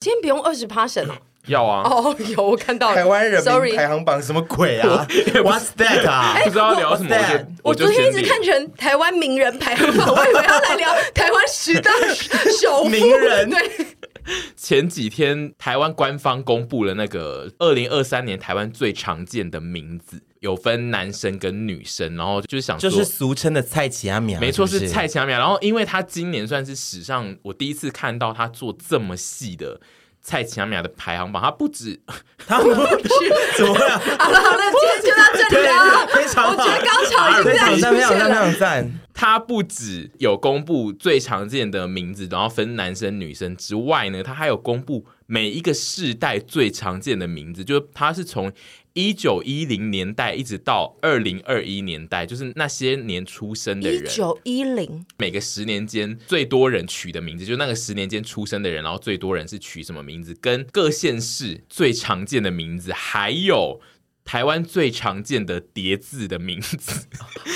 定不用二十趴省哦。要啊，哦，有我看到了台湾人 s o r r 民 y 排行榜什么鬼 啊？What's that 啊？不知道聊什么，我我哎我就就昨天一先直点看成台湾名人排行榜，我以为要来聊台湾十大首富名人对，前几天台湾官方公布了那个二零二三年台湾最常见的名字，有分男生跟女生，然后就是想就说。是俗称的蔡奇阿苗，没错，是不是蔡巧苗。然后，因为他今年算是史上我第一次看到他做这么细的蔡巧苗的排行榜。他不止， 他们怎 么了？好了好了，今天就到这里了。非常好，我觉得高潮已经非在常出赞，非常现赞，非了。常赞。他不止有公布最常见的名字，然后分男生女生之外呢，他还有公布每一个世代最常见的名字，就是他是从一九一零年代一直到二零二一年代，就是那些年出生的一人，九一零，每个十年间最多人取的名字，就是那个十年间出生的人，然后最多人是取什么名字，跟各县市最常见的名字，还有台湾最常见的叠字的名字。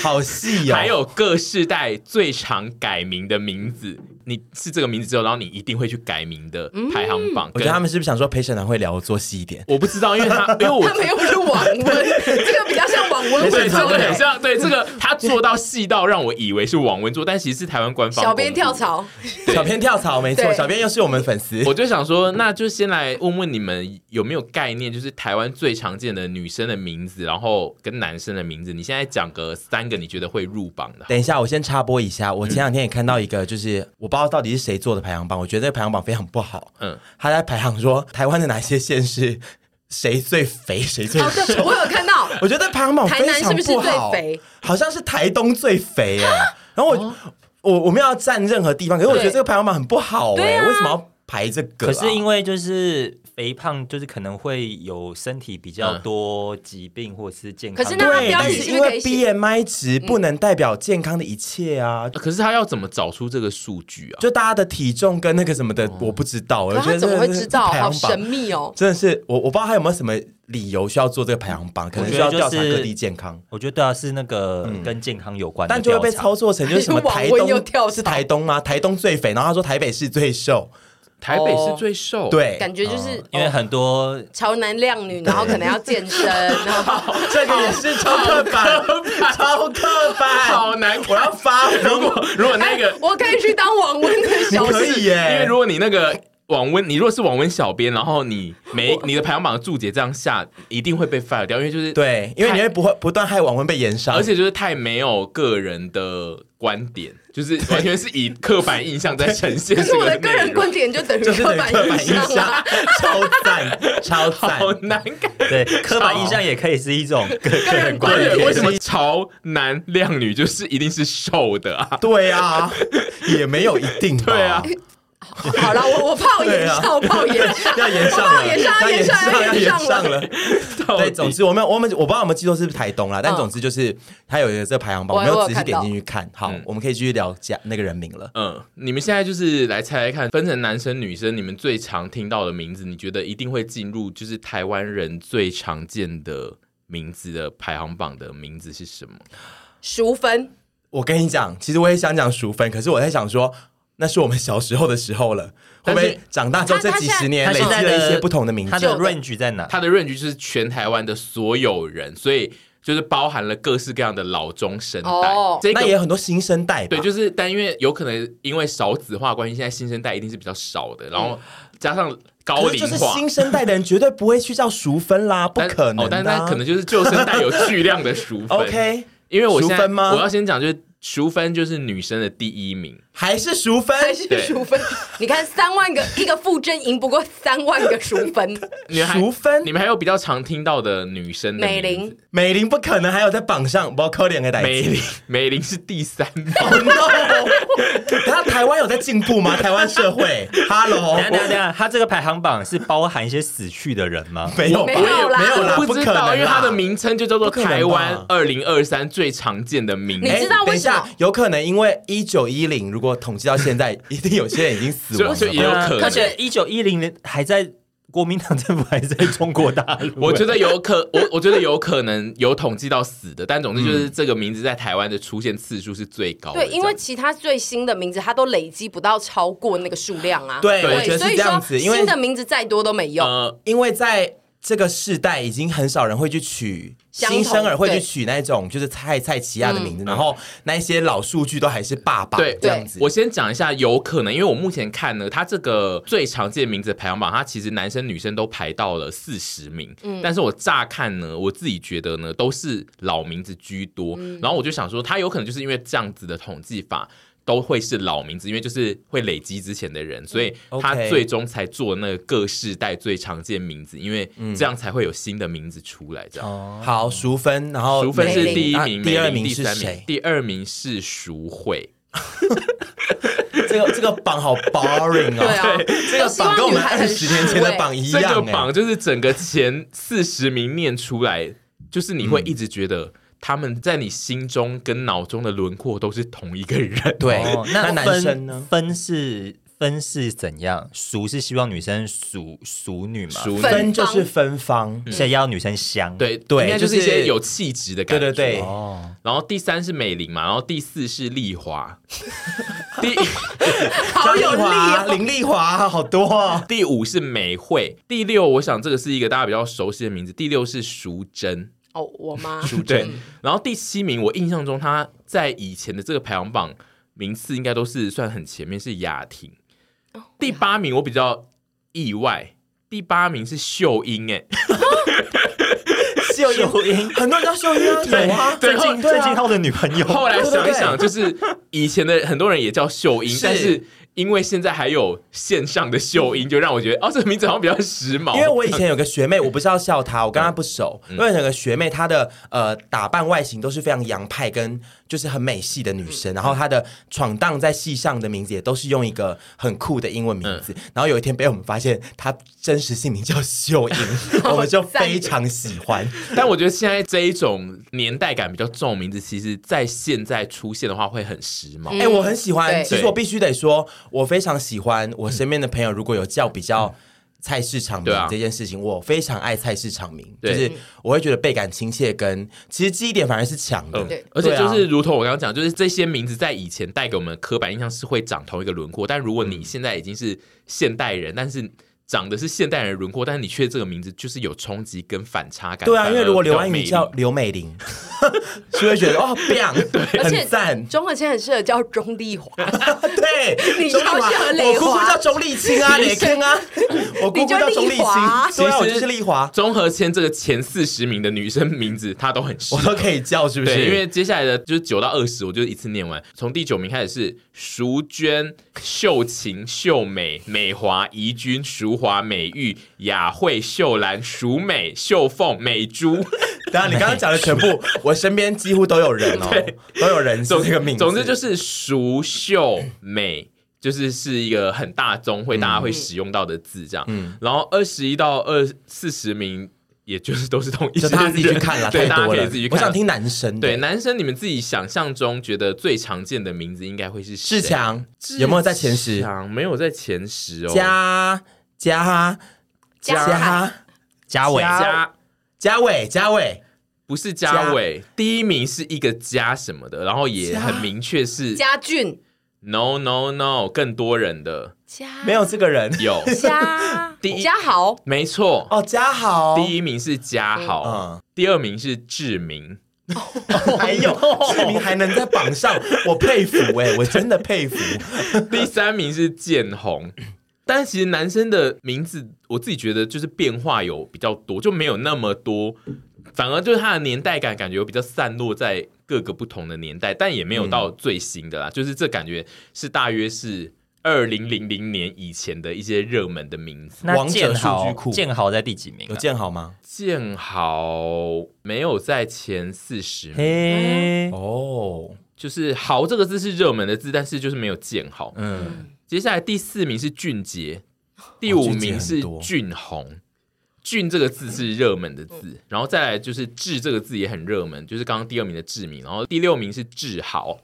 好细哦，还有各世代最常改名的名字，你是这个名字之后，然后你一定会去改名的排行榜。我觉跟得他们是不是想说陪审团会聊做细一点？我不知道，因为他因为我他们又不是网文，这个比较像网文 文对这个章。很像，对这个他做到细到让我以为是网文做，但其实是台湾官方。小编跳。槽，对小编跳槽，没错，对小编又是我们粉丝。我就想说，那就先来问问你们有没有概念，就是台湾最常见的女生的名字，然后跟男生的名字。你现在讲个三个，你觉得会入榜的？等一下，我先插播一下，嗯我前两天也看到一个，就是我不知道到底是谁做的排行榜，我觉得这个排行榜非常不好。嗯，他在排行说台湾的哪些县市谁最肥谁最哦，对瘦，我有看到， 我觉得排行榜非台南常是不是不最好，肥哦好像是台东最肥哎、然后我、我我们要占任何地方，可是我觉得对这个排行榜很不好哎、对啊为什么要排这个、啊？可是因为就是肥胖，就是可能会有身体比较嗯多疾病或是健康。可是那它对，标但题是是因不是可为以 BMI 值不能代表健康的一切啊。嗯可是他要怎么找出这个数据啊？就大家的体重跟那个什么的，我不知道。我然觉后得哦他怎么会知道？这排好行神榜秘哦。真的是我，我不知道他有没有什么理由需要做这个排行榜，可能需要我觉得调就查是各地健康，我觉得对啊，是那个跟健康有关嗯的但调就查，会被操作成就是什么 网台文又跳东槽是台东吗？台东最肥，然后他说台北市最瘦，台北是最瘦，对，感觉哦就是哦因为很多潮男靓女，然后可能要健身，然后，这个也是超刻板，超刻好板，难看。 我要发如疯。果如果那个 我可以去当网文的你小 可以耶， 因为如果你那个网温，你如果是网温小编，然后你 没你的排行榜的注解这样下，一定会被 fire 掉，因为就是，对，因为你会不会不断害网文被延上，而且就是太没有个人的观点，就是完全是以刻板印象在呈现可是这我个的个内人观容，点就等于就是刻对板刻板印印象啊。象，超赞，超赞好。难看。对刻板印象也可以是一种个个人观对，点。为什么潮男靓女就是一定是瘦的啊？对啊，也没有一定吧。对啊，好了，我我怕我延对啊上，我怕我 延上，要延上我了，怕延上要延上上，要延延上了。了。哦对，总之我们我们我不知道我们记错是不是台东啦，但嗯总之就是它有一个这个排行榜，我我没我有有仔细看点到进去看。好嗯，我们可以继续聊讲那个人名了。嗯，你们现在就是来猜猜看，分成男生女生，你们最常听到的名字，你觉得一定会进入就是台湾人最常见的名字的排行榜的名字是什么？淑芬，我跟你讲，其实我也想讲淑芬，可是我在想说，那是我们小时候的时候了，会但不是会长大之后他这他几现在十年他累现在积了一的些不同的名字他？的旧的 range 在哪？ 它的 range 就是全台湾的所有人，所以就是包含了各式各样的老中生代。哦这个那也有很多新生代吧，对，就是但因为有可能因为少子化关系，现在新生代一定是比较少的，然后加上高可是龄就是化。新生代的人绝对不会去叫淑芬啦，不但可能的啊、哦，但但可能就是旧生代有巨量的熟 分 OK，因为我现在淑芬吗我要先讲，就是淑芬就是女生的第一名，还是淑芬。还是对淑芬？你看三万个一个傅征赢不过三万个淑芬，你们还淑芬你们还有比较常听到的女生的 美名字玲，美玲不可能还有在榜上，包扣两个代美玲，美玲是第三名。 Oh no！那台湾有在进步吗？台湾社会，Hello，等一下等一下等一下，他这个排行榜是包含一些死去的人 吗？没有吧没有啦没有啦，我不可知能啦道，因为它的。名称就叫做不可能吧台湾二零二三最常见的名字你。知道哎等一为下什么有可能因为一九一零，如果统计到现在，一定有些人已经死亡就就也了有啊吧。可能。而且一九一零年还在国民党政府还在中国大陆哎我觉得得有 可，我我觉得有可能有统计到死的，但总嗯之就是这个名字在台湾的出现次数是最高的。对，因为这样其他最新的名字它都累积不到超过那个数量啊。对我觉得是所以这样说子因为嗯新的名字再多都没用。呃，因为在这个世代，已经很少人会去取相同新生儿会去对取那种就是蔡蔡奇亚的名嗯字，然后那一些老数据都还是爸爸对，这样子。我先讲一下，有可能，因为我目前看呢，它这个最常见名字排行榜，它其实男生女生都排到了四十名。嗯但是我乍看呢，我自己觉得呢，都是老名字居多。嗯然后我就想说，它有可能就是因为这样子的统计法。都会是老名字，因为就是会累积之前的人，所以他嗯 OK 最终才做那个各世代最常见名字，因为嗯这样才会有新的名字出来。这样，好，淑芬，然后淑芬是梅林第一啊名，第梅二林名第是三名谁，？第二名是淑慧。这个这个榜好 boring 对哦，啊， 这个榜跟我们二十年前的榜一这个样哎榜。就是整个前四十名念出欸来，就是你会一直觉嗯得他们在你心中跟脑中的轮廓都是同一个人。对， 哦那哦那男分生呢？分是分是怎样？熟是希望女生熟熟女嘛？熟分分就是芬芳，现在要女生香。对嗯对应该就是一就是些有气质的感对觉。对对，哦，然后第三是美玲嘛，然后第四是丽华， 第好有力张丽华、哦。林丽华，好多哦。第五是美惠，第六我想这个是一个大家比较熟悉的名字，第六是淑珍。哦，我 妈对，然后第七名，我印象中他在以前的这个排行榜名次应该都是算很前面，是雅婷。哦第八名我比较意外，第八名是秀英，哎，秀英，很多人叫秀英啊，有啊，对最近对最啊近他的女朋友，后来想一想，对就是以前的很多人也叫秀英，是但是因为现在还有线上的秀 英，就让我觉得哦，这个名字好像比较时髦。因为我以前有个学妹，我不是要笑她，我跟她不熟。因为有个学妹，她的呃打扮外形都是非常洋派，跟就是很美系的女生。然后她的闯荡在戏上的名字也都是用一个很酷的英文名字。然后有一天被我们发现，她真实姓名叫秀英，我们就非常喜欢。但我觉得现在这一种年代感比较重的名字，其实在现在出现的话会很时髦。哎、我很喜欢。对其实我必须得说，我非常喜欢我身边的朋友，如果有叫比较菜市场名对啊这件事情，我非常爱菜市场名，就对是我会觉得倍感亲切跟，其实记忆点反而是强的。对而且对啊就是如同我刚刚讲，就是这些名字在以前带给我们的刻板印象是会长同一个轮廓，但如果你现在已经是现代人，但是长的是现代人的轮廓，但是你却这个名字就是有冲击跟反差感。呃对啊，反而因为如果刘安比宇较叫美丽刘美玲，是会觉得哦，bang，而且很赞。钟汉谦很适合叫钟丽华， 对，你钟丽华超适合我丽姑姑华叫钟丽青啊，你雷青啊，我姑姑你就叫钟丽丽青华，对啊，我就其是实丽华，综合签这个前四十名的女生名字，她都很适 我合。都可以叫，是不是？对，因为接下来的就是九到二十，我就一次念完。从第九名开始是淑娟、秀琴、秀美、美华、怡君、淑华、美玉、雅慧、秀兰、淑美、秀凤、美珠。当然，你刚刚讲的全部， 我身边几乎都有人哦，都有人是这个名字。总之就是熟秀美，就是是一个很大宗会大家会嗯使用到的字这样。然后二十一到二四十名，也就是都是同一就些大家自己去看啦，人对，太大家多可以了自己去。我看。想听男生的，对男生，你们自己想象中觉得最常见的名字应该会是谁志？强有没有在前十？强没有在前十哦。嘉嘉嘉嘉嘉伟嘉嘉嘉伟嘉伟，不是嘉伟，第一名是一个嘉什么的，然后也嘉很明确是嘉俊， no no no 更多人的嘉没有这个人 有， 嘉第一嘉豪，没错。哦，嘉豪第一名是嘉豪，嗯第二名是志明，还 有志明还能在榜 上，我佩服哎，我真的佩服。第三名是建宏。 但其实男生的名字，我自己觉得就是变化有比较多，就没有那么多，反而就是他的年代感感觉有比较散落在各个不同的年代，但也没有到最新的啦，嗯就是这感觉是大约是二零零零年以前的一些热门的名字。那王者建数豪据库建豪在第几名啊？有建豪吗？建豪没有在前四十名，嘿，哦，就是“豪”这个字是热门的字，但是就是没有建豪。嗯，接下来第四名是俊杰，哦第五名是俊宏。俊这个字是热门的嗯字，然后再来就是志这个字也很热门，就是刚刚第二名的志明，然后第六名是志豪，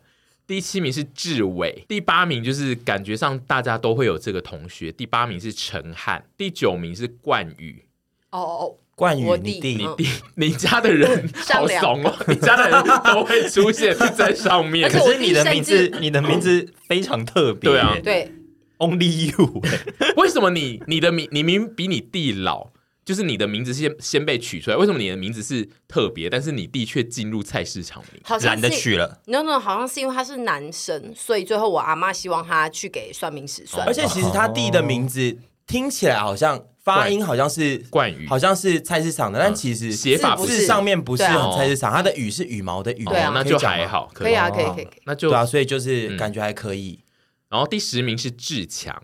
第七名是志伟，第八名就是感觉上大家都会有这个同学，第八名是陈汉，第九名是冠 宇。哦哦，冠宇我弟你弟你嗯弟、你家的人上好梁怂哦，你家的人都会出现在上面 而且可我是弟你的名字甚，你的名字非常特别，对啊对， ，Only You，哎为什么你你的名你明明比你弟老，就是你的名字先先被取出来？为什么你的名字是特别，但是你弟却进入菜市场名？好像懒得是取了， no no，好像是因为他是男生，所以最后我阿妈希望他去给算命师算。而且其实他弟的名字听起来好像发音好像是冠宇好像是菜市场的，但其实嗯写法不字是上面不是对啊很菜市场，它的羽是羽毛的羽，对啊哦，那可就以讲吗还，好，可可以啊，可以哦可以可以。那就嗯对啊，所以就是感觉还 可以。然后第十名是志强，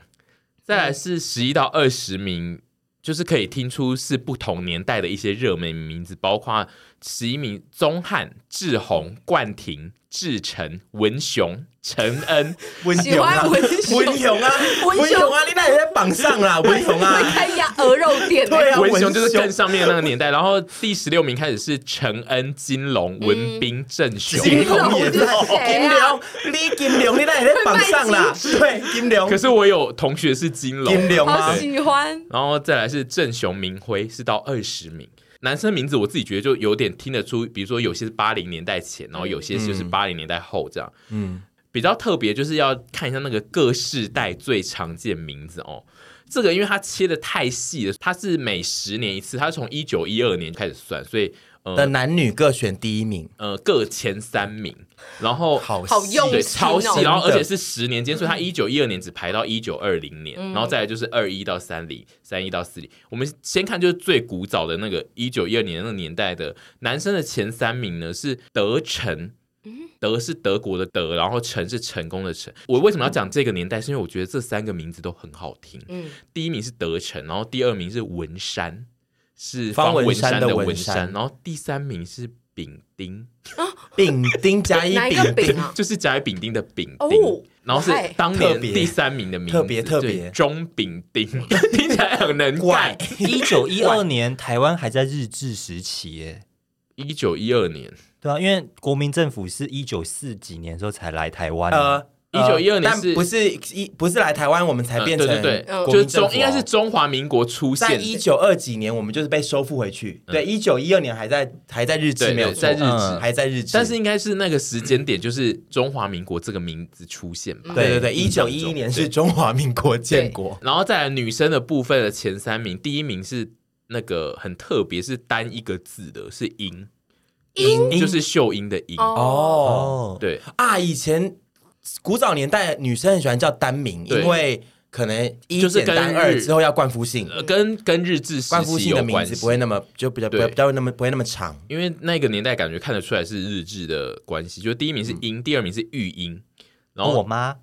再来是十一到二十名，就是可以听出是不同年代的一些热门名字，包括十一名宗翰、志宏、冠廷、志成、文雄、陈恩。温喜欢文雄文雄啊，文雄 文雄啊，你那也在榜上啦，文雄啊会， 开一家鹅肉店，对啊，文雄就是跟更上面的那个年代，然后第十六名开始是陈恩、金龙、文斌、郑雄。金龙也金在龙是，谁金啊龙，你金龙，你那也在榜上啦，对，金龙可，是我有同学是金龙，金龙好啊，喜欢。然后再来是郑雄明辉，是到二十名。男生名字我自己觉得就有点听得出，比如说有些是八零年代前，然后有些就是八零年代后这样。嗯，比较特别就是要看一下那个各世代最常见名字哦。这个因为它切的太细了，它是每十年一次，它是从一九一二年开始算，所以的呃男女各选第一名，呃各前三名，然后好好细用对，心超哦细，然后而且是十年间，所以他一九一二年只排到一九二零年，然后再来就是二一到三零，三一到四零。我们先看就是最古早的那个一九一二年那个年代的男生的前三名呢是德成。德是德国的德，然后成是成功的成。我为什么要讲这个年代？是因为我觉得这三个名字都很好听。嗯第一名是德成，然后第二名是文山，是方文文山的的文文山然后第三名是丙丁，丙丁加一哪一丙个丁，饼啊？ 就是甲乙丙丁的丙丁，哦然后是嗨当年特别第三名的名字，特别特别对钟丙丁， 听起来很能怪干。 一九一二年台湾还在日治时期，耶。一九一二年，对啊，因为国民政府是一九四几年的时候才来台湾、啊，呃。呃1912年但是不是一不是来台湾，我们才嗯变成对对嗯对，国就是民政中府哦应该是中华民国出在现一九二几年，我们就是被收复回去。对，一九一二年还在还在日对治，没有嗯对错在日嗯治。还在日治，但是应该是那个时间点，就是中华民国这个名字出现吧？对对对，印一象九中一一年是中华民国建国，然后再来女生的部分的前三名，第一名是那个很特别，是单一个字的，是英，英就是秀英的英。哦，哦哦，对，啊，以前古早年代女生很喜欢叫单名，对因为可能一就是简跟单二日之后要冠夫姓，呃跟跟日治时冠夫期姓的有名关字系，不会那么就比较不对会比较那么不会那么长。因为那个年代感觉看得出来是日志的关系，就是第一名是嗯英，第二名是玉英，哦然我后妈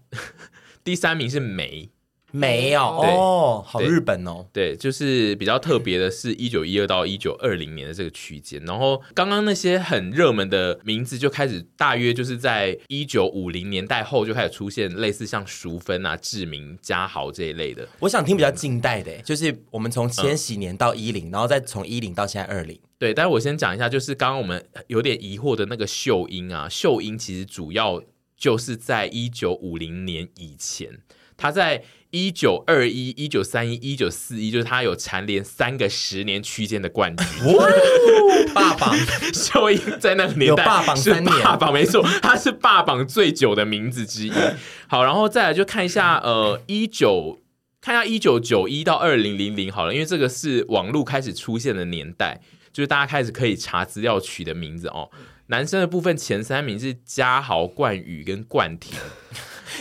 第三名是梅。没有对哦，好对日本哦，对，就是比较特别的是，一九一二到一九二零年的这个区间。然后刚刚那些很热门的名字就开始，大约就是在一九五零年代后就开始出现，类似像淑芬啊、志明、嘉豪这一类的。我想听比较近代的，就是我们从千禧年到一零，然后再从一零到现在二零。对，但是我先讲一下，就是刚刚我们有点疑惑的那个秀英啊，秀英其实主要就是在一九五零年以前，她在一九二一、一九三一、一九四一，就是她有蝉联三个十年区间的冠军。爸爸， 秀英在那个年有代霸榜是三年霸榜没错，她是霸榜最久的名字 之一。好，然后再来就看一下呃一九。看一下一九九一到二零零零好了，因为这个是网络开始出现的年代，就是大家开始可以查资料取的名字哦。男生的部分前三名是嘉豪、冠宇跟冠廷，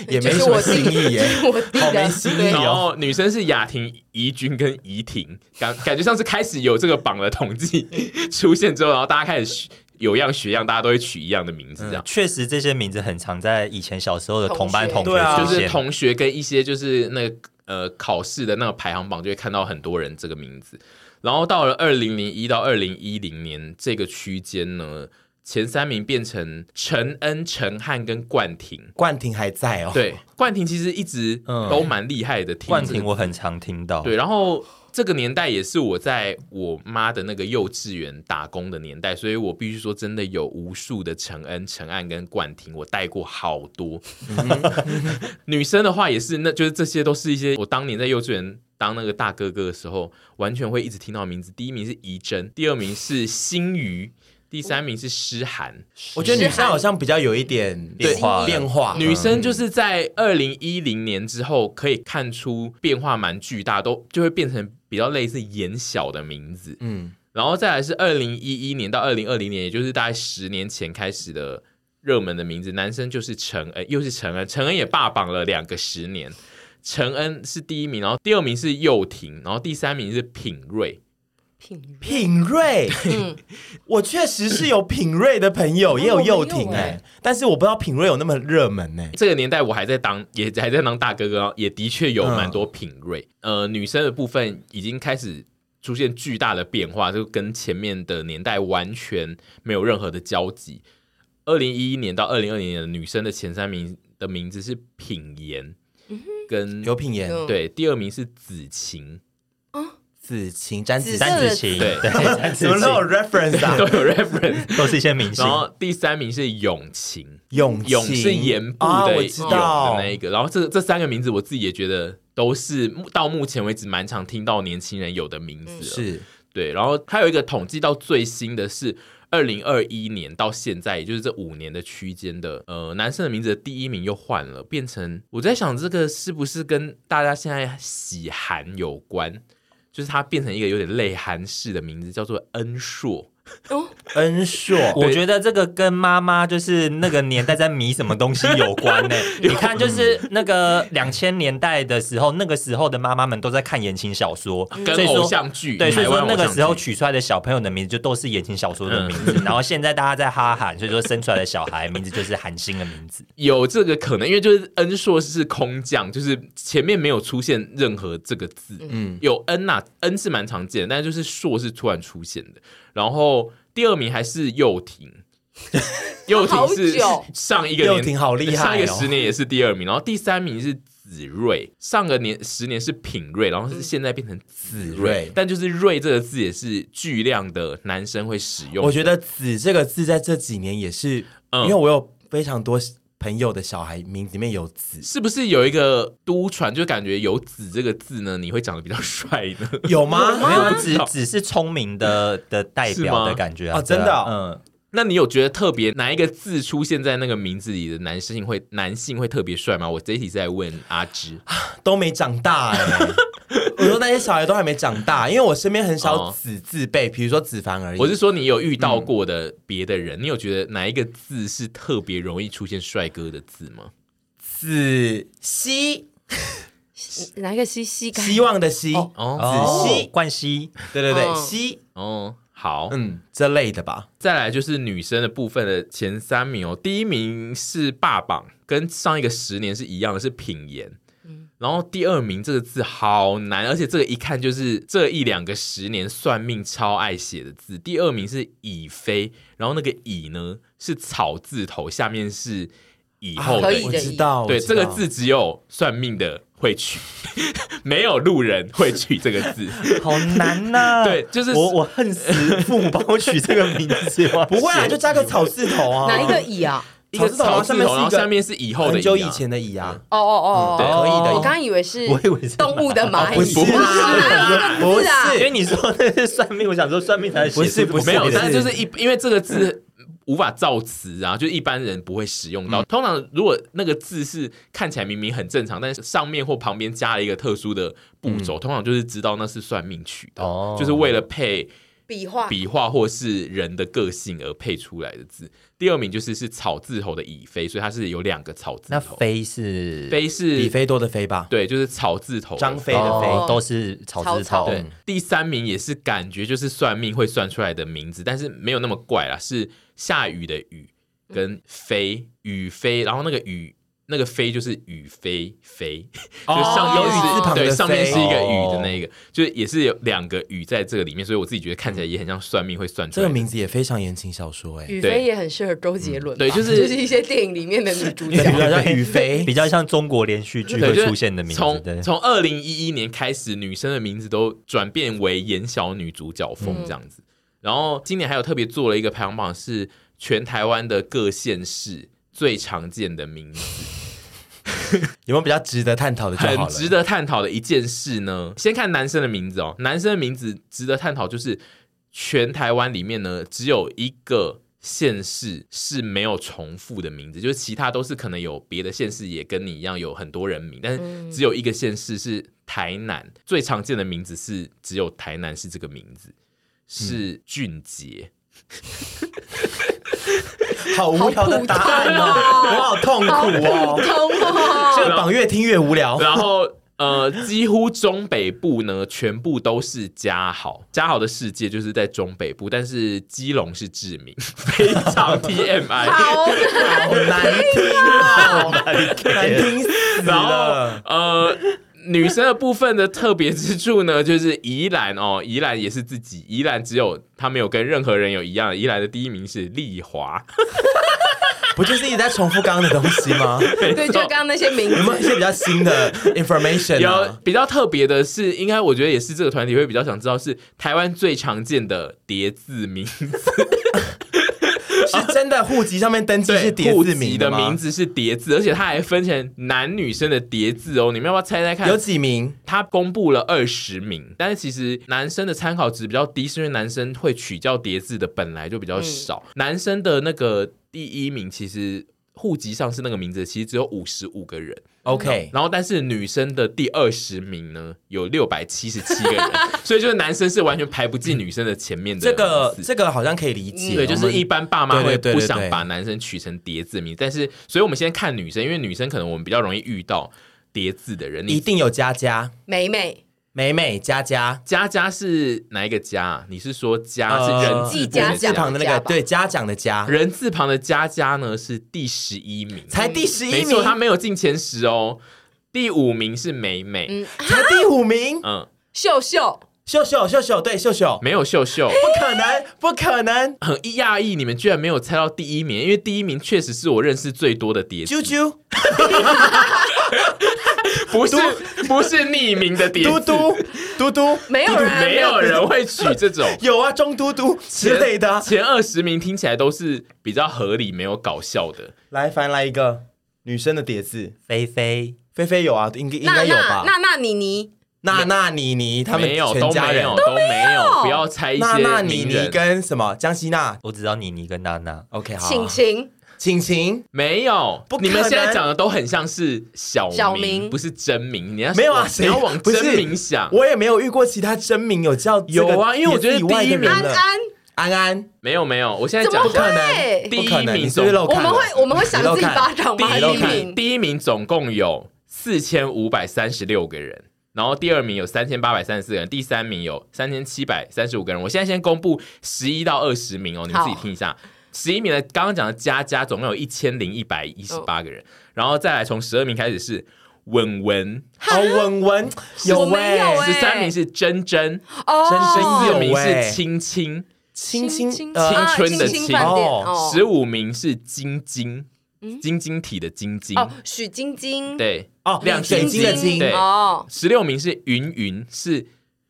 也就没是什我么弟新意耶。我弟好的没新意对哦然后女生是雅婷、怡君跟怡婷，感感觉上次开始有这个榜的统计出现之后，然后大家开始学有样学样，大家都会取一样的名字，这样、确实这些名字很常在以前小时候的同同班学同学对啊出就是现，同学跟一些就是那个呃考试的那个排行榜，就会看到很多人这个名字。然后到了二零零一到二零一零年这个区间呢，前三名变成陈恩、陈汉跟冠廷。冠廷还在哦，，对，冠廷其实一直都蛮厉害的，听冠这个廷我很常听到，对，然后这个年代也是我在我妈的那个幼稚园打工的年代，所以我必须说，真的有无数的陈恩、陈岸跟冠廷，我带过好多。女生的话也是，那就是这些都是一些我当年在幼稚园当那个大哥哥的时候，完全会一直听到名字。第一名是怡珍，第二名是心瑜，第三名是诗涵。我觉得女生好像比较有一点变化变化，女生就是在二零一零年之后，可以看出变化蛮巨大，都就会变成比较类似眼小的名字。嗯，然后再来是二零一一年到二零二零年，也就是大概十年前开始的热门的名字，男生就是陈恩，呃又是陈恩，陈恩也霸榜了两个十年。陈恩是第一名，然后第二名是佑廷，然后第三名是品瑞。品品瑞，嗯， 我确实是有品瑞的朋友，也有幼婷我没有哎哎，但是我不知道品瑞有那么热门哎。这个年代我还在当，也还在当大哥哥哦，也的确有嗯蛮多品瑞。呃，女生的部分已经开始出现巨大的变化，就跟前面的年代完全没有任何的交集。二零一一年到二零二零年的女生的前三名的名字是品妍，跟刘品言、有对，第二名是子晴，子晴、詹子紫晴，詹色子晴，对对，詹怎么子都有晴 reference 啊都？有 reference。都 是一些明星然。后第三名是永晴，永勇是言部啊的我勇知的道那一个，然后这这三个名字我自己也觉得都是目到目前为止蛮常听到年轻人有的名嗯字了，是对。然后还有一个统计到最新的是二零二一年到现在，也就是这五年的区间的，呃，男生的名字的第一名又换了，变成我在想这个是不是跟大家现在喜韩有关？就是它变成一个有点类韩式的名字，叫做恩硕。恩硕，我觉得这个跟妈妈就是那个年代在迷什么东西有关呢、你看，就是那个两千年代的时候，那个时候的妈妈们都在看言情小说，跟嗯所以偶说像剧，对，所以嗯台湾说那个偶像时候剧取出来的小朋友的名字就都是言情小说的名字，然后现在大家在哈韩，所以说生出来的小孩名字就是韩星的名字。有这个可能，因为就是恩硕是空降，就是前面没有出现任何这个字，嗯，有恩呐、恩是蛮常见的，但是就是硕是突然出现的。然后第二名还是幼 婷，幼婷是好久上一个幼年婷好厉上一害个哦十，年也是第二名，然后第三名是子睿，上个年十年是品睿，然后嗯是现在变成子子睿睿，但就是“睿”这个字也是巨量的男生会使用的，我觉得“子”这个字在这几年也是，嗯因为我有非常多朋友的小孩名字里面有“子是不是有一个都传，就感觉有“子”这个字呢，你会长得比较帅呢？”，有吗？没有，只只是聪明的的代表的感觉啊，是吗哦真的对啊哦嗯，那你有觉得特别哪一个字出现在那个名字里的男性会男性会特别帅吗？我这一题是在问阿芝，都没长大哎、 我说那些小孩都还没长大，因为我身边很少哦子字辈，比如说子凡而已。我是说你有遇到过的别的人，你有觉得哪一个字是特别容易出现帅哥的字吗？子希，拿一个西西感，希望的希，哦子熙冠希，对对对，嗯希，哦，好，嗯，这类的吧。再来就是女生的部分的前三名哦，第一名是霸榜，跟上一个十年是一样的，是品言。然后第二名这个字好难，而且这个一看就是这一两个十年算命超爱写的字。第二名是乙妃，然后那个乙呢是草字头，下面是以后啊可的以乙我的知道，对，我知这个道字只有算命的会取， 没有路人会取这个 字。好难呐、 对就是我我恨死父母帮我取这个名字，不会啊，就加个草字头啊。哪一个乙啊？一个头草字头，然后下面是以后的很乙啊久以前的乙啊，哦哦哦，嗯对哦可以的我刚刚以为是我以为是动物的蚂蚁，不是不是啊不是啊因是为你说那是算命，我想说算命才不是不是 没有，别的但是就字是一，因为这个字无法造词啊，就一般人不会使用到。通常如果那个字是看起来明明很正常，但是上面或旁边加了一个特殊的步骤，通常就是知道那是算命取的，哦就是为了配笔画，笔画或是人的个性而配出来的字。第二名就是是草字头的乙妃，所以它是有两个草字那头。飞是妃比是菲多的菲吧？对，就是草字头的张飞的哦飞，哦都是草字草草头，对，第三名也是感觉就是算命会算出来的名字，但是没有那么怪啦，是下雨的雨跟飞雨飞，然后那个雨那个飞就是雨飞飞，哦就上面有雨字是旁的对，飞上面是一个雨的那个，就是也是有两个雨在这个里面，所以我自己觉得看起来也很像算命会算出这来个的。名字也非常言情小说哎、雨对飞也很适合周杰伦吧，对就 是就是一些电影里面的女主角对，。比 较像雨飞比，较像中国连续剧对，会就是出现的名字，对从。从二零一一年开始，女生的名字都转变为演小女主角风这样子。然后今年还有特别做了一个排行榜，是全台湾的各县市最常见的名字，有没有比较值得探讨的就好很了？值得探讨的一件事呢。先看男生的名字哦，男生的名字值得探讨，就是全台湾里面呢，只有一个。县市是没有重复的名字，就是其他都是可能有别的县市也跟你一样有很多人名，但是只有一个县市是台南，最常见的名字是只有台南是这个名嗯字，是俊杰。好无聊的答案 哦，我好痛好苦普哦。通这哦，个榜越听越无聊。然后呃，几乎中北部呢，全部都是嘉好。嘉好的世界就是在中北部，但是基隆是志明， 非常 TMI。好难好难听哦，难听死然后了。呃。女生的部分的特别之处呢，就是宜兰哦，宜兰也是自己，宜兰只有她没有跟任何人有一样，宜兰的第一名是丽华，不就是一直在重复刚刚的东西吗？对，就刚刚那些名有没有一字，些比较新的 information 有啊？比较特别的是，应该我觉得也是这个团体会比较想知道是台湾最常见的叠字名是真的户籍上面登记对，是叠户字籍名的吗名？字是叠字，而且它还分成男女生的叠字哦。你们要不要猜猜看有？几名？他公布了二十名，但是其实男生的参考值比较低，是因为男生会取叫叠字的本来就比较少。嗯男生的那个第一名其实。户籍上是那个名字，其实只有五十五个人， OK，然后但是女生的第二十名呢，有六百七十七 个人，所以就是男生是完全排不进女生的前面的这名字。个这个好像可以理解。对，就我是们一般爸妈会对对对不对想对把男生取成叠字名，但是，所以我们先看女生，因为女生可能我们比较容易遇到叠字的人。一你定有佳佳、美美美美、佳佳，佳佳是哪一个佳啊？你是说佳呃是人字部佳的佳字旁的那佳个吧对嘉奖的嘉，人字旁的佳佳呢是第十一名，才第十一没错，名，她没有进前十哦。第五名是美美，嗯才第五名。嗯，秀秀，秀秀秀秀，对秀秀，没有秀秀， 不可能，不可能。很讶异你们居然没有猜到第一名，因为第一名确实是我认识最多的叠字，啾啾，不是不是匿名的叠字，嘟嘟，嘟嘟，没有人，没有人会取这种。有啊，中嘟嘟之类的啊。前二十名听起来都是比较合理、没有搞笑的。来，凡来一个女生的叠字，菲菲，菲菲有啊，应该应那该有那吧？那那妮妮，娜娜妮妮他们没有，全都家没人有，，都没有，有不要猜一娜些娜妮名妮人。跟什么江西娜我只知道妮妮跟娜娜。 ？OK，好晴啊，晴，晴晴没有不，可你能们现在讲的都很像是小名，小名不是真名。你要没有啊？你谁要往不是真名想。我也没有遇过其他真名有叫这个啊有啊因为我觉得叠字以外的第一名人安了安，安安，没有没有，我现在怎么讲一下会？第不可一能，名你是不是总漏我看了？们会我们会想你漏自己看巴掌 第吗？一第一名，名，第一名总共有四千五百三十六个人，然后第二名有三千八百三十四个人，第三名有三千七百三十五个人。我现在先公布十一到二十名哦，你们自己听一下。十一名的刚刚讲的佳佳，总共有一千零一百一十八个人，然后再来从十二名开始是稳文，好哦文文 我有没喂，有欸十三名是珍珍，十哦，四名有欸是青青，青青青呃啊春的青青饭店哦哦，十五名是晶晶，晶晶体的晶晶，哦，许晶晶，对，哦亮晶水晶的晶对哦，十六名是云云，是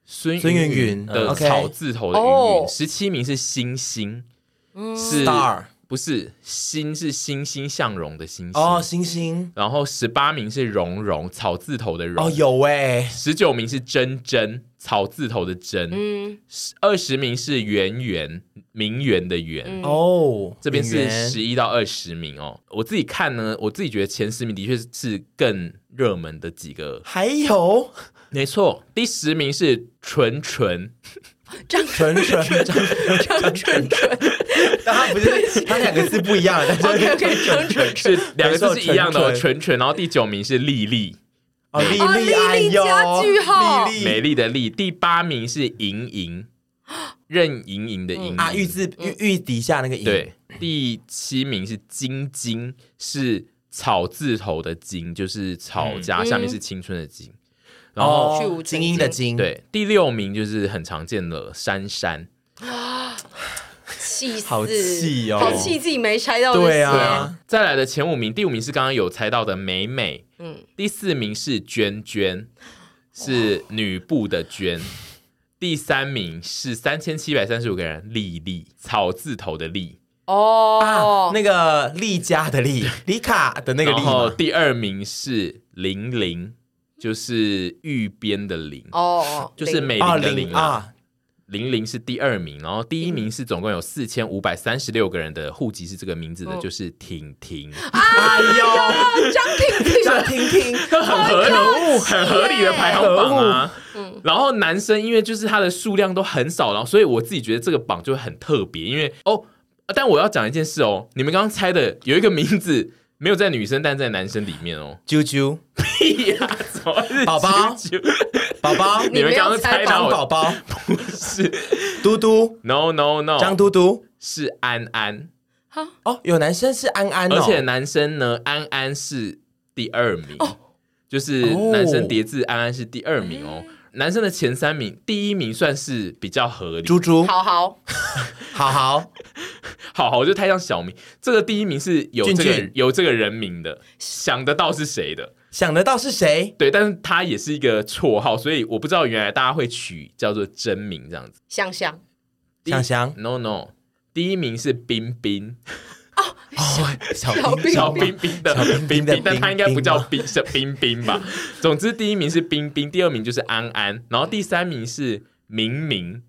孙孙云云云的 OK 草字头的云哦嗯云。十七名是星星，是 star 不是星是欣欣向荣的欣星。哦，星星然后十八名是蓉蓉，草字头的蓉。哦有喂，十九名是珍珍，草字头的珍。嗯，二十名是圆圆，名媛的圆。嗯哦，这边是演员十一到二十名哦，我自己看呢，我自己觉得前十名的确是更热门的几个，还有没错，第十名是纯纯，张纯 纯， 张纯纯但他不是他两个字不一样， 但是，OK OK，纯纯是两个字是一样的哦，没错纯纯纯纯。然后第九名是丽丽， 哦丽哦丽丽哎丽呦加句号丽美丽丽的丽。第八名是莹 莹，任盈盈的嗯盈啊嗯啊玉字玉玉底下那个影对。第七名是晶晶，是草字头的金，就是草家、嗯下面是青春的金。然后去无哦，存精英的精精，，对第六名就是很常见的珊珊，气死，好气哦好气自己没拆到这些。对哦啊，再来的前五名，第五名是刚刚有猜到的美美，嗯第四名是娟娟，是女部的娟。第三名是三千七百三十五个人，丽丽草字头的丽，哦啊，，那个丽佳的 丽，丽卡的那个丽然后嘛，第二名是玲玲，就是玉边的玲，哦，就是美啊玲的玲玲啦啊，玲玲是第二名，然后第一嗯名是总共有四千五百三十六个人的户籍是这个名字的，嗯就是婷婷，哎啊呦，张婷婷，张婷 婷，很合理，很合理的排行榜啊。嗯然后男生因为就是他的数量都很少，然后所以我自己觉得这个榜就很特别，因为哦，但我要讲一件事哦，你们刚刚猜的有一个名字没有在女生，但在男生里面 哦，啾啾屁呀，怎么是宝宝啾啾宝 宝，你们刚刚猜到张我宝宝，是嘟嘟， No No No，张嘟嘟。是安安，哦，有男生是安安哦，哦而且男生呢，安安是第二名，就是男生叠字安安是第二名哦。嗯男生的前三名，第一名算是比较合理。猪猪，好好，好好，好好，我就太像小明。这个第一名是有这个俊俊有这个人名的，想得到是谁的。想得到是谁？对，但是他也是一个绰号，所以我不知道原来大家会取叫做真名这样子。香香，第想想 No No，第一名是冰冰，哦，小小兵，兵小冰冰的小冰冰冰的冰，但他应该不冰叫吗冰是冰冰吧？总之，第一名是冰冰，第二名就是安安，然后第三名是明明，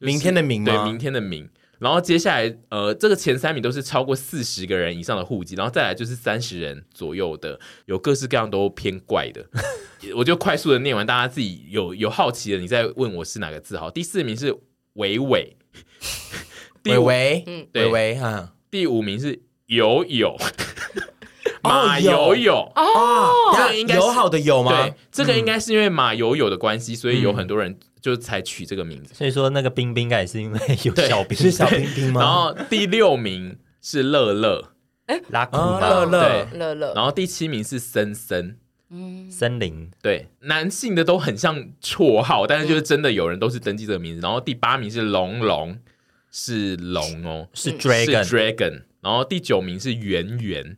就是明天的明对，吗明天的明。然后接下来，呃，这个前三名都是超过四十个人以上的户籍，然后再来就是三十人左右的，有各式各样都偏怪的。 我就快速的念完，大家自己有有好奇的，你再问我是哪个字好。第四名是伟伟，第伟五伟，嗯，对伟伟啊，第五名是友友，哦马友友友。啊，这那个应该是友好的友吗对？，这个应该是因为马友友的关系，所以有很多人就才取这个名字。所以说那个冰冰应该也是因为有对小冰是小冰冰吗？然后第六名是乐乐，拉库啊，嘛，乐乐对，乐乐，然后第七名是森森。嗯，森林对，男性的都很像绰号，但是就是真的有人都是登记这个名字。然后第八名是龙龙，是龙哦，是嗯是 dragon， dragon。然后第九名是圆圆，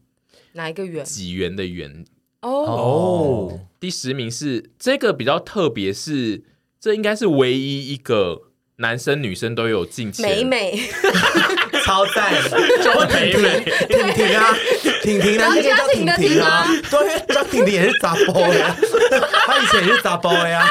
哪一个圆？几元的圆。哦，哦，第十名是这个比较特别是，这应该是唯一一个男生女生都有进前美美，超赞，就是美美。婷婷啊，婷婷男生可以叫婷婷啊然后，对，因为张婷婷也是杂包呀，她以前也是杂包呀，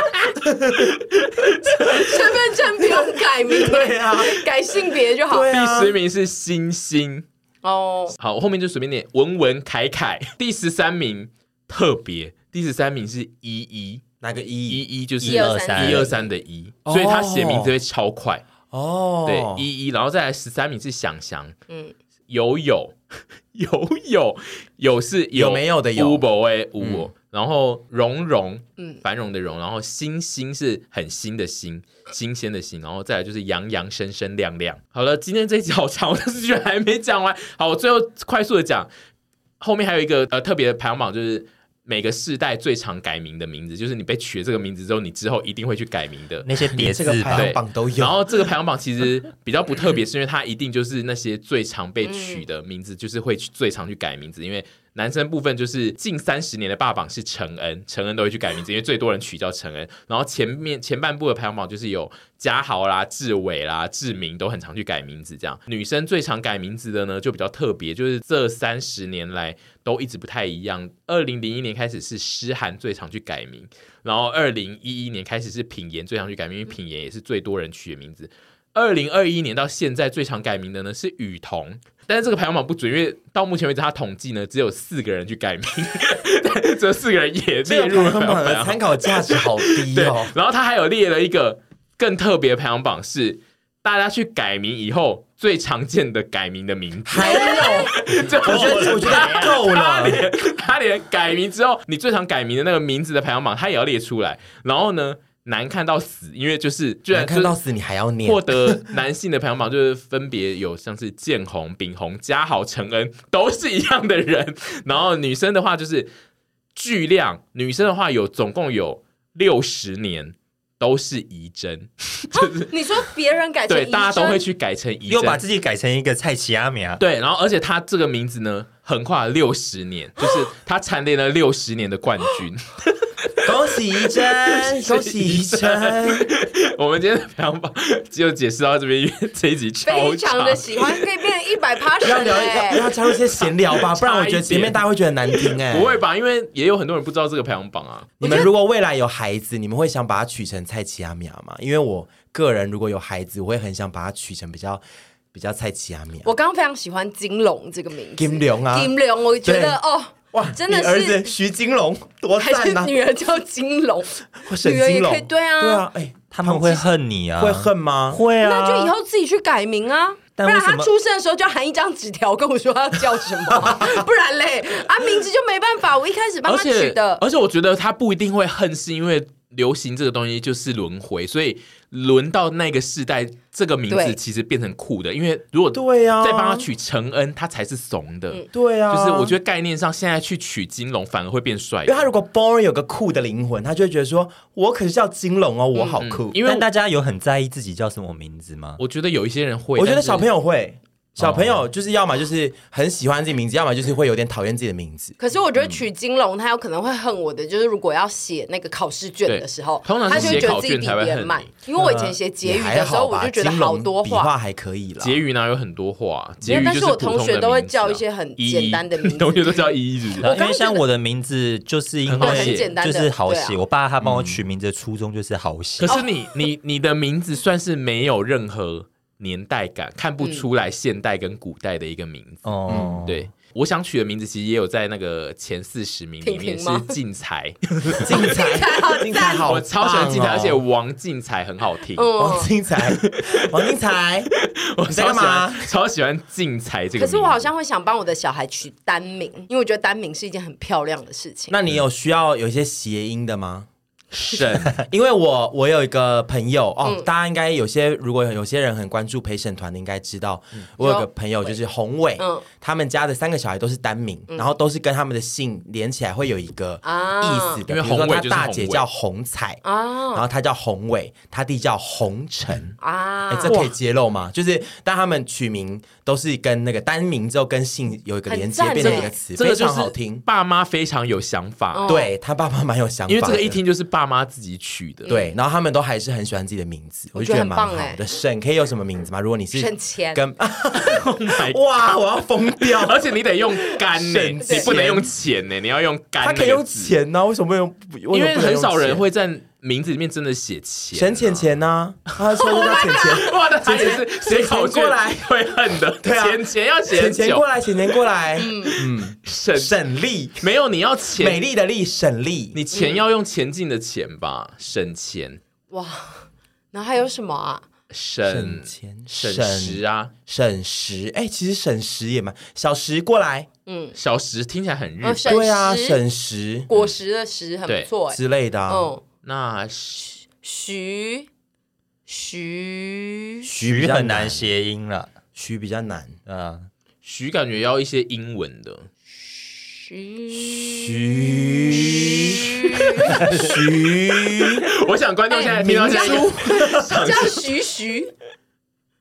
身份证不用改名， 对啊，改性别就好。对啊第十，名是星星，哦，好，我后面就随便念，文文凯凯。第十三名特别，第十三名是依依，哪个依一？依就是一二三一二三的一，哦所以他写名字会超快。哦，对，依依，然后再来十三名是想想，嗯，有有 有有有是有有没有的有嗯乌博哎乌哦，然后蓉蓉，嗯繁荣的荣，然后新星是很新的新，新鲜的新，然后再来就是洋洋生生亮亮。好了，今天这一集好长，我但是居然还没讲完。好，我最后快速的讲，后面还有一个呃特别的排行榜就是。每个世代最常改名的名字，就是你被取了这个名字之后，你之后一定会去改名的。那些叠连字这个排吧，行榜都然有，后这个排行榜其实比较不特别，是因为它一定就是那些最常被取的名字，就是会去最常去改名字。因为男生部分就是近三十年的霸榜是陈恩，陈恩都会去改名字，因为最多人取叫陈恩。然后前面前半部的排行榜就是有嘉豪啦、志伟啦、志明都很常去改名字。这样女生最常改名字的呢，就比较特别，就是这三十年来都一直不太一样。二零零一年开始是诗涵最常去改名，然后二零一一年开始是品言最常去改名，因为品言也是最多人取的名字。二零二一年到现在最常改名的呢是雨桐，但是这个排行榜不准，因为到目前为止他统计呢只有四个人去改名， 但这四个人也这列个入了排排行行榜榜的参考价值好低对哦，，然后他还有列了一个更特别的排行榜是。大家去改名以后最常见的改名的名 字，还有。就我觉得我觉得够他了，连他连改名之后，你最常改名的那个名字的排行榜，他也要列出来。然后呢，难看到死，因为就是居然难看到就是死你还要念获，得男性的排行榜，就是分别有像是建宏、秉宏、嘉豪、承恩，都是一样的人。 然后女生的话就是巨量，女生的话有总共有六十年都是怡珍，你说别人改成对，大家都会医生去改成怡又把珍。自己改成一个蔡奇阿米啊，对，然后而且他这个名字呢，横跨六十 年，就是他蝉联了六十年的冠军。 恭喜怡珍， 恭喜怡珍，我们今天的排行榜就解释到这边，因为这一集超非常的喜欢，可以变一百趴要水聊要哎。要加入一些闲聊吧，不然我觉得前面大家会觉得很难听 哎、不会吧？因为也有很多人不知道这个排行榜啊。你们如果未来有孩子，你们会想把它取成蔡奇亚米亚吗？因为我个人如果有孩子，我会很想把它取成比较比较蔡奇亚米亚。我刚刚非常喜欢金龙这个名字，金龙啊金龙，我觉对得哦，哇，真的你儿子是徐金龙多还是赞呐、女儿叫金龙，或沈女儿也金可以龙，对啊对啊，哎，他们会恨你啊，会恨吗？会啊，那就以后自己去改名啊。不但然为什他么出生的时候就含一张纸条跟我说他要叫什么 啊、不然嘞，啊名字就没办法，我一开始帮而他且取的。而且我觉得他不一定会恨，是因为流行这个东西就是轮回，所以轮到那个世代，这个名字对其实变成酷的。因为如果对啊呀、再帮他，取承恩，他才是怂的。嗯对呀、就是我觉得。得概念上，现在去取金龙反而会变帅因。为他如果 born 有个酷的灵魂，他就会觉得说，我可是叫金龙哦，我好酷。因为但大家有很在意自己叫什么名字吗？我觉得有一些人会，我觉得但是小朋友会，小朋友就是要么就是很喜欢自己名字，要么就是会有点讨厌自己的名字。可是我觉得取金龙，他有可能会恨我的，就是如果要写那个考试卷的时候，对通常是他就会觉得自己写考卷比才会别人恨你嗯慢。因为我以前写结语的时候，也还好吧我就觉得金龙好多笔话。画还可以啦。结语哪有很多话？结没有语但就是是我普通同学的都会名字叫啊一些很依简依单的名字哦同学 都叫依依，是不然是？后因刚为刚像觉得我的名字就是因很好为写简单就的是好对啊写，我爸他帮我取名字的初衷就是好写可。是你你你的名字算是没有任何年代感，看嗯不出来现代跟古代的一个名字。哦，嗯对，我想取的名字其实也有在那个前四十名里婷面，婷是吗 静才，精彩，精彩好棒哦，我超喜欢静才，而且王静才很好听， 王嗯，精彩，王精彩，我你在超干喜欢嘛？超喜欢静才这可个名字。是我好像会想帮我的小孩取单名，因为我觉得单名是一件很漂亮的事情。那你有需要有一些谐音的吗？沈，因为我我有一个朋友哦，嗯大家应该有些如果有些人很关注陪审团的，应该知道、我有个朋友就是宏伟，嗯他们家的三个小孩都是单名，然后都是跟他们的姓连起来会有一个啊意思因的，为比如说宏伟他就是大宏姐伟叫宏彩，然啊后他叫宏伟，他弟叫宏成。啊哎，这可以揭露吗？就是，但他们取名都是跟那个单名之后跟姓有一个很连接，赞哦变成耶一个词，这个非就常是好听。爸妈非常有想法哦，对他爸爸蛮有想法的，因为这个一听就是爸妈自己取的。对，然后他们都还是很喜欢自己的名字，我我就觉觉得很得蛮棒好哎的。沈可以有什么名字吗？如果你是省钱跟 Oh my god 哇，我要疯掉！ 而且你得用干呢，省你钱不能用钱呢，你要用啊干。他可以用，钱呢、为什么没有？因因为很少人会在名字里面真的写啊钱啊。沈浅浅呢，他说他浅 浅，哇，那这也是写考卷过来会恨的，对啊钱钱要写浅很浅久过，来，浅浅过来，嗯省嗯，沈丽，没有你要美钱，丽的丽，沈丽，你钱要用前进的钱吧，省钱哇，然后还有什么啊？省省钱省省时啊，沈石，哎、其实沈石也蛮小石过来，嗯，小时听起来很日哦本，省对啊，石沈石果实的实很对不错哎、之类的、啊，嗯，那是徐徐徐比徐较很难，谐音了，徐比较难，嗯，徐感觉要一些英文的，徐徐徐。我想观众现在听到现在明哎叫徐徐，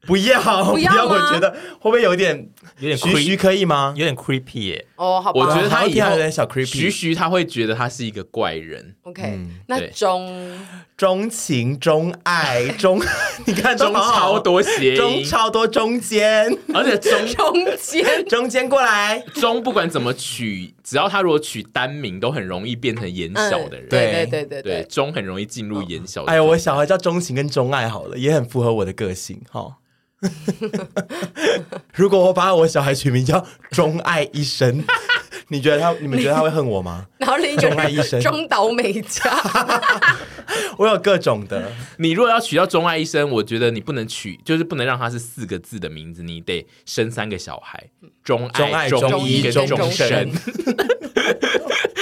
不要，不要吗我觉得会不会有点有点徐徐 creep，可以吗？有点 creepy 耶。哦，好吧，我觉得他好像以听起来后有点小 creepy 徐徐他会觉得他是一个怪人， OK，、那中钟情、钟爱、钟， 你看中超，多嗯谐钟音，超多哦中间，而且中中 间中间过来，中不管怎么取，只要他如果取单名，都很容易变成眼小的人。对嗯对对对对对对，中很容易进入眼小的状态。哎呦，我小孩叫钟情跟钟爱好了，也很符合我的个性哈。 齁如果我把我小孩取名叫钟爱一生， 你觉得他，你们觉得他会恨我吗？然后另一个钟爱一生人中岛美嘉，我有各 种的，你如果要取到钟爱一生，我觉得你不能取，就是不能让他是四个字的名字，你得生三个小孩，钟钟爱、爱钟钟医医跟钟钟生生。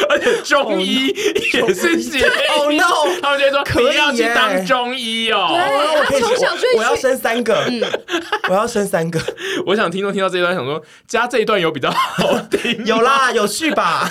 而且中医也是谐音哎 Oh no，他们就会说可以你要去耶当中医哦。对啊我可哎以他从小就会嗯我我要生三个，我要生三个， 我 想听众听到这一段，想说加这一段有比较好听，有啦，有趣吧？